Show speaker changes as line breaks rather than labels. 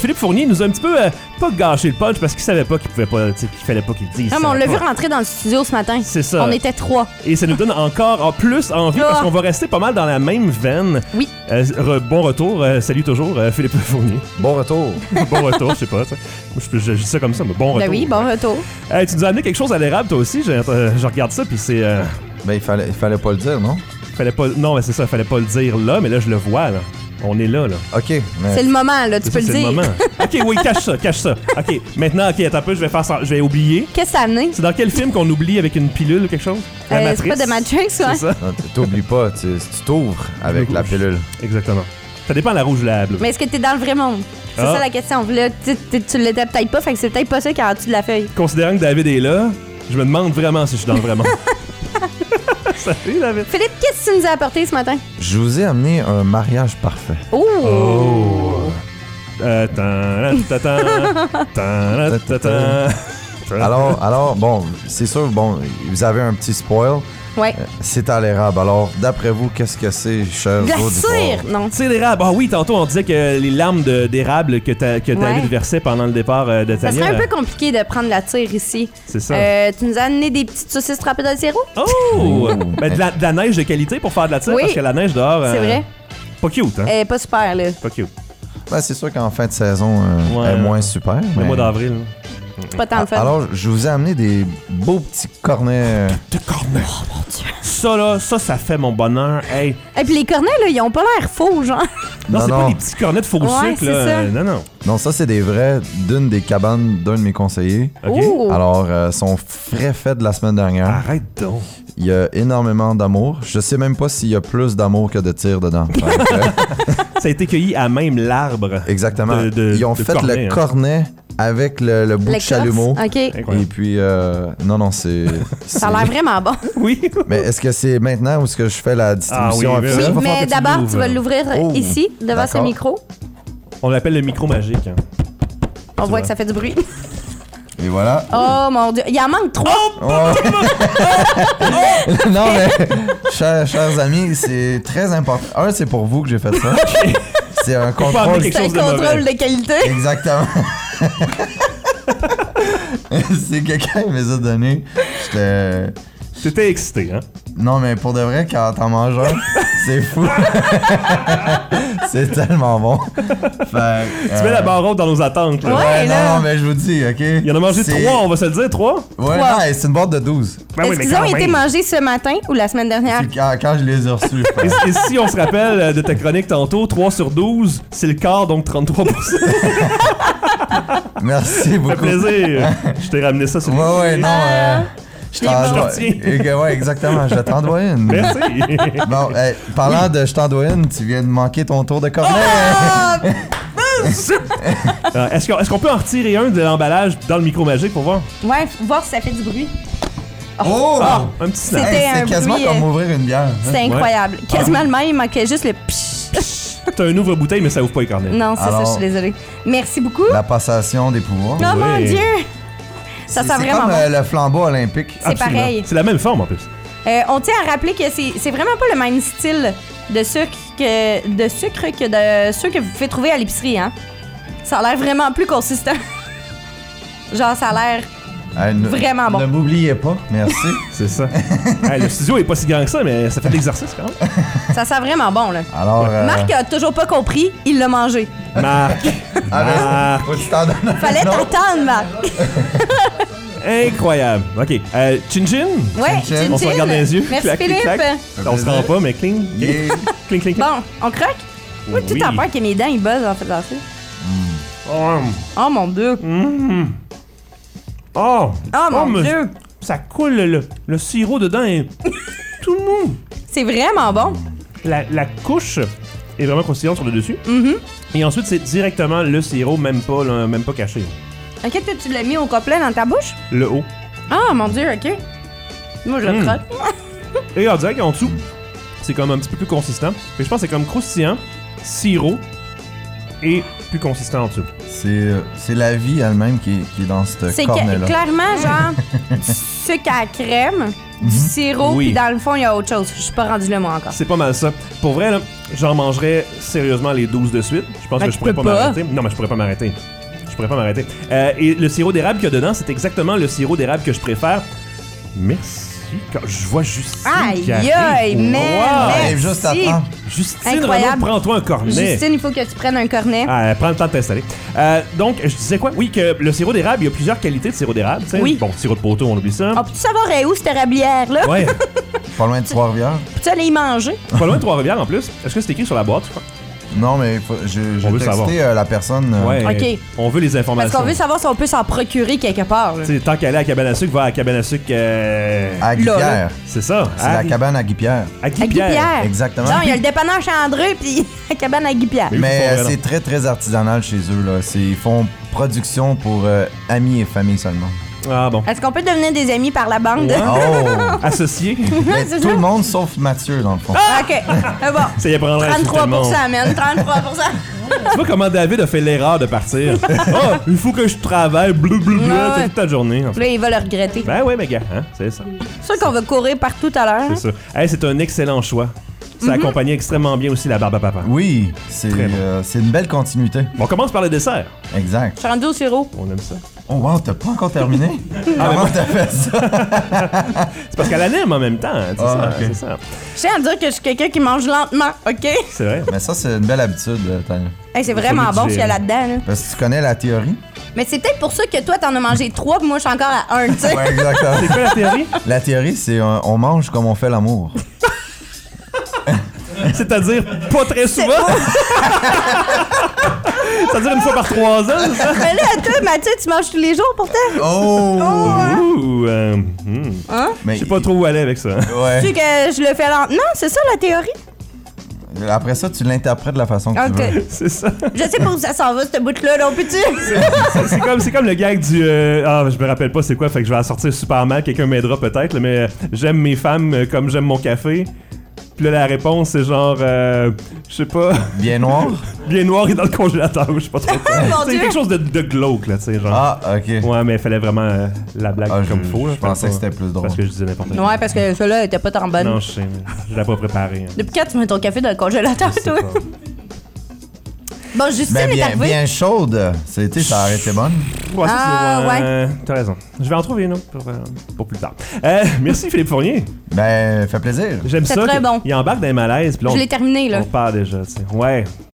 Philippe Fournier nous a un petit peu euh, pas gâché le punch parce qu'il savait pas qu'il pouvait pas, tu sais, qu'il fallait pas qu'il le dise.
Non,
Il
mais on
savait
l'a vu
pas.
rentrer dans le studio ce matin.
C'est ça.
On était trois.
Et ça nous donne encore en plus envie parce
Ah.
qu'on va rester pas mal dans la même veine.
Oui.
Euh, re- bon retour, euh, salut toujours euh, Philippe Fournier.
Bon retour.
bon retour, je sais pas. ça. Moi, Je, je, je dis ça comme ça, mais bon
Ben
retour.
oui, bon retour.
Hey, tu nous as amené quelque chose à l'érable toi aussi. Je, euh, je regarde ça puis c'est euh,
Ben, il fallait, il fallait pas le dire, non?
fallait pas. Non, mais c'est ça, fallait pas le dire là, mais là je le vois là. On est là là.
OK, mais
C'est le moment, là, tu peux
C'est
le
ça, c'est
dire.
moment. ok, oui, cache ça, cache ça. Ok, maintenant, ok, attends un peu, je vais faire ça, je vais oublier.
Qu'est-ce que ça a amené?
C'est dans quel film qu'on oublie avec une pilule ou quelque chose La
Euh, c'est
Matrice.
pas de Matrix,
C'est
ouais.
ça,
non, t- t'oublies pas, tu tu t'ouvres avec la pilule.
exactement. Ça dépend de la rouge ou la bleue.
Mais est-ce que t'es dans le vrai monde? C'est
Ah.
ça la question. Là, tu, tu- tu l'étais peut-être pas, fait que c'est peut-être pas ça qui est en dessous de la feuille.
Considérant que David est là, je me demande vraiment si je suis dans le vraiment. Salut David.
Philippe, qu'est-ce que tu nous as apporté ce matin?
Je vous ai amené un mariage parfait.
Oh!
Oh. Euh, tan, tan, tan, tan, tan, tan.
Ah.
Alors, alors bon, c'est sûr, bon, vous avez un petit spoil.
Ouais.
Euh, C'est à l'érable. Alors, d'après vous, qu'est-ce que c'est, cher
De la cire! Non.
Tu sais, l'érable. Ah oui, tantôt on disait que les larmes de- d'érable que, ta- que David
Ouais.
versait pendant le départ euh, de
Ça
Tania.
serait un peu compliqué de prendre la tire ici.
C'est ça.
Euh, tu nous as amené des petites saucisses râpées de sirop?
Oh!
Ouh.
ben, de, la, de la neige de qualité pour faire de la tire
Oui.
parce que la neige dehors. euh,
C'est vrai? Euh,
Pas cute, hein?
Elle est pas super, là.
Pas cute.
Ben, c'est sûr qu'en fin de saison, euh,
Ouais.
elle est moins super.
Le
mais-
mois d'avril.
C'est pas tant
Ah,
le fun.
Alors, je vous ai amené des beaux petits cornets. euh,
De cornet.
Oh,
Ça, là, ça, ça fait mon bonheur. Hey!
Et Eh, puis les cornets, là, ils ont pas l'air faux, genre.
Non,
Non,
c'est pas
non.
des petits cornets de faux
Ouais,
sucre,
c'est
là.
ça.
Euh, Non, non.
Non, ça, c'est des vrais d'une des cabanes d'un de mes conseillers.
OK?
Oh!
Alors, euh, sont frais faits de la semaine dernière.
Arrête donc.
Il y a énormément d'amour. Je sais même pas s'il y a plus d'amour que de tir dedans. Fait que,
Ça a été cueilli à même l'arbre.
exactement.
De- de-
Ils ont
de
fait
cornet,
le
hein.
cornet avec le, le bout de
L'écorce. Ah,
chalumeau.
OK.
Et puis, euh, non, non, c'est.
Ça a l'air
c'est-
vraiment bon.
Oui.
Mais est-ce que c'est maintenant ou est-ce que je fais la distribution
Ah oui,
Oui,
officielle?
va falloir que
mais
tu
d'abord,
l'ouvres.
tu vas l'ouvrir
Oh,
ici, devant ce
d'accord.
micro.
On l'appelle le micro magique. hein.
On
Tu
voit
vois.
que ça fait du bruit.
Et voilà.
Oh mon dieu, il en manque trois.
Oh,
Oh! non, mais, chers, chers amis, c'est très important. Un, c'est pour vous que j'ai fait ça. C'est un
amener
contrôle.
quelque
C'est un
chose de
contrôle
mauvais. Ben
de qualité.
Exactement. c'est quelqu'un qui me les a donnés. J'étais.
T'étais excité, hein?
Non, mais pour de vrai, quand t'en manges un, c'est fou. c'est tellement bon. Fait, euh,
Tu mets la barre haute dans nos attentes, là.
Ouais. là.
Non, non, mais je vous dis, OK?
Il y en a mangé
C'est-
trois, on va se le dire, trois?
Ouais,
Trois.
non, et c'est une boîte de 12.
Ben
Est-ce qu'ils ont été mangés ce matin ou la semaine dernière?
C'est quand, quand je les ai reçus. fait.
Et, et si on se rappelle euh, de ta chronique tantôt, 3 sur 12, c'est le quart, donc 33%.
Merci
Ça fait
beaucoup.
plaisir. Je t'ai ramené ça sur le
Ouais, ouais, non.
Ah,
euh, je
les bons.
t'envoie-
Je te retiens.
Ok, Ouais, exactement. Je vais t'en dois une.
Merci.
Bon, euh, parlant de je t'en dois une, tu viens de manquer ton tour de cornet.
Ah!
Euh, Est-ce qu'on est-ce qu'on peut en retirer un de l'emballage dans le micro magique pour voir?
Ouais, faut voir si ça fait du bruit.
Oh!
Ah, un petit snack.
C'était un
c'est quasiment
bruit,
comme
euh,
ouvrir une bière. hein.
C'était incroyable.
Ah.
Quasiment le même, il manquait juste le psh.
T'as un ouvre-bouteille, mais ça ouvre pas les cornets.
Non, c'est ça,
Alors-
je suis désolée. Merci beaucoup.
La passation des pouvoirs.
Oh mon
Ben, Oui.
dieu! Ça
C'est-
sent
c'est
vraiment
comme
bon.
euh, le flambeau olympique.
c'est
Absolument.
pareil.
C'est la même forme en plus.
Euh, on tient à rappeler que c'est c'est vraiment pas le même style de sucre que de sucre que de ceux que vous pouvez trouver à l'épicerie, hein. Ça a l'air vraiment plus consistant. Genre, ça a l'air.
Euh, ne-
Vraiment bon.
Ne m'oubliez pas. Merci.
C'est ça. Hey, le studio est pas si grand que ça, mais ça fait de l'exercice quand même.
Ça sent vraiment bon, là.
Alors. euh,
Marc a toujours pas compris, il l'a mangé.
Marc.
ah, ben,
Marc.
faut que tu t'en donnes un
Fallait
autre.
t'attendre, Marc.
Incroyable. Ok. Euh, chin chin.
Ouais,
Chin-chin.
chin-chin.
On se regarde dans les yeux.
Merci,
Clac, clac,
Philippe.
clac. On se rend pas, mais cling.
Yeah.
Cling, cling, cling.
Bon, on croque? Moi, tout
Oui.
en peur que mes dents, ils buzzent en faisant ça.
Oh,
Oh mon dieu.
Mm. oh,
Oh mon
mais
dieu.
Ça coule, le, le sirop dedans est tout mou.
C'est vraiment bon.
La, la couche est vraiment croustillante sur le dessus.
Mm-hmm.
Et ensuite, c'est directement le sirop, même pas, là, même pas caché.
Ok, toi, tu l'as mis au complet dans ta bouche?
Le haut.
Ah, mon dieu, ok. Moi, je le
Mm.
croque.
Et on dirait qu'en dessous, c'est comme un petit peu plus consistant. Mais je pense que c'est comme croustillant, sirop et plus consistant en dessous.
C'est euh, c'est la vie elle-même qui, est- qui est dans
C'est
cette
que,
cornet-là.
clairement, genre, du sucre à la crème, du sirop,
Mhm. Oui.
puis dans le fond, il y a autre chose. Je suis pas rendu là, moi, encore.
C'est pas mal ça. Pour vrai, là, j'en mangerais sérieusement les 12 de suite. Je pense
Ben,
que je
tu
pourrais pas,
peux pas.
m'arrêter. Non, mais je pourrais pas m'arrêter. Je pourrais pas m'arrêter. Euh, et le sirop d'érable qu'il y a dedans, c'est exactement le sirop d'érable que je préfère. Merci. Quand je vois Justine. qui arrive.
Aïe, aïe,
Wow!
man, merci.
Arrive Ah, juste à temps.
Justine,
Incroyable.
Renaud, prends-toi un cornet.
Justine, il faut que tu prennes un cornet.
Ah, euh, prends le temps de t'installer. Euh, donc, je disais quoi? Oui, que le sirop d'érable, il y a plusieurs qualités de sirop d'érable. tu sais.
Oui.
Bon, sirop de poteau, on oublie ça.
On peut-tu savoir euh, où cette érablière, là?
Ouais.
Pas loin de Trois-Rivières.
Peux-tu aller y manger?
Pas loin de Trois-Rivières en plus. Est-ce que c'est écrit sur la boîte? je crois?
Non, mais faut- j'ai j'ai
veut savoir.
texté euh, la personne. euh,
Ok.
On veut les
Parce
informations.
qu'on veut savoir si on peut s'en procurer quelque part, là.
Tu sais, tant qu'elle est à cabane à sucre, va à cabane à sucre. euh,
À Guy
Là,
Pierre.
C'est ça.
C'est la cabane à Guy Pierre.
à
À Guy
Pierre.
Pierre.
Exactement.
Genre, il y a le dépanneur chez André, puis la cabane à Guy Pierre.
Mais-
Mais
Ils font
euh,
vraiment.
c'est très très artisanal chez eux là. C'est- Ils font production pour euh, amis et famille seulement.
Ah bon.
Est-ce qu'on peut devenir des amis par la bande?
Ouais.
Oh!
Associé.
Ah.
Mais
C'est
tout
ça.
le monde sauf Mathieu dans le fond.
OK. Ah bon.
Ça y est, prendrait un sou tout
33
le monde.
man. 33
Tu vois comment David a fait l'erreur de partir. oh, il faut que je travaille, bleu, bleu, bleu,
Ouais, ouais.
toute ta journée. en fait.
Là, il va le regretter.
Ben ouais, mes gars, hein, c'est ça.
C'est sûr qu'on va courir partout à l'heure. hein?
C'est ça. Hey, c'est un excellent choix. Ça accompagnait extrêmement bien aussi la barbe à papa.
Oui, c'est
Très bon.
euh, c'est une belle continuité.
On commence par le dessert.
Exact.
Je suis rendu au sirop.
On aime ça.
Oh wow, t'as pas encore terminé? Comment t'as fait ça?
C'est parce qu'elle anime en même temps. hein, C'est
Ah,
ça.
ok.
C'est ça.
Je tiens à dire que je suis quelqu'un qui mange lentement, OK?
C'est vrai.
Mais ça, c'est une belle habitude, euh, Tania.
Hey, c'est vraiment
Faut le
bon ce qu'il y a
dire.
là-dedans. là.
Parce que tu connais la théorie.
Mais c'est peut-être pour ça que toi, t'en as mangé trois, puis moi, je suis encore à un, tu sais.
Ouais, exactement.
C'est quoi la théorie?
la théorie, c'est euh, on mange comme on fait l'amour.
C'est-à-dire pas très souvent. C'est-à-dire une fois par trois ans. ça?
Mais là, toi, Mathieu, tu manges tous les jours pourtant.
Oh!
Ouh, euh, hmm.
Mais
Je sais pas trop où aller avec ça. hein.
Tu
Ouais.
sais que je le fais lentement. Non, c'est ça la théorie.
Après ça, tu l'interprètes de la façon que
OK.
tu veux.
C'est ça.
Je sais pas où ça s'en va, ce bout-là, non plus, tu
C'est- C'est comme, c'est comme le gag du. euh, ah, je me rappelle pas c'est quoi, fait que je vais la sortir super mal. Quelqu'un m'aidera peut-être, là, mais euh, j'aime mes femmes euh, comme j'aime mon café. Puis là, la réponse, c'est genre. euh, je sais pas.
Bien noir?
bien noir et dans le congélateur, ou je sais pas trop quoi.
Oh, Mon
c'est
Dieu.
quelque chose de, de glauque, là, tu sais, genre.
Ah, ok.
Ouais, mais il fallait vraiment euh, la blague
Ah, je-
comme faux, là.
je pensais
Fallait
que
pas-
c'était plus drôle.
Parce que je disais n'importe quoi.
Ouais, parce que celle-là était pas tant bonne.
Non, je sais, mais je l'ai pas préparé. hein.
Depuis quand tu mets ton café dans le congélateur,
Je sais
toi?
pas. Ben,
Bon, Justine
Mais
est
Ben, bien,
arrivée.
bien chaude. C'était, ça aurait été bonne.
Ouais, ça,
Ah,
c'est- euh, T'as raison. Je vais en trouver une autre pour, euh, pour plus tard. Euh, merci Philippe Fournier.
Ben, fait plaisir.
J'aime
C'est
ça.
très
que-
bon.
Il embarque dans les malaises. puis là,
Je
on-
l'ai terminé, là.
On part déjà, tu sais. Ouais.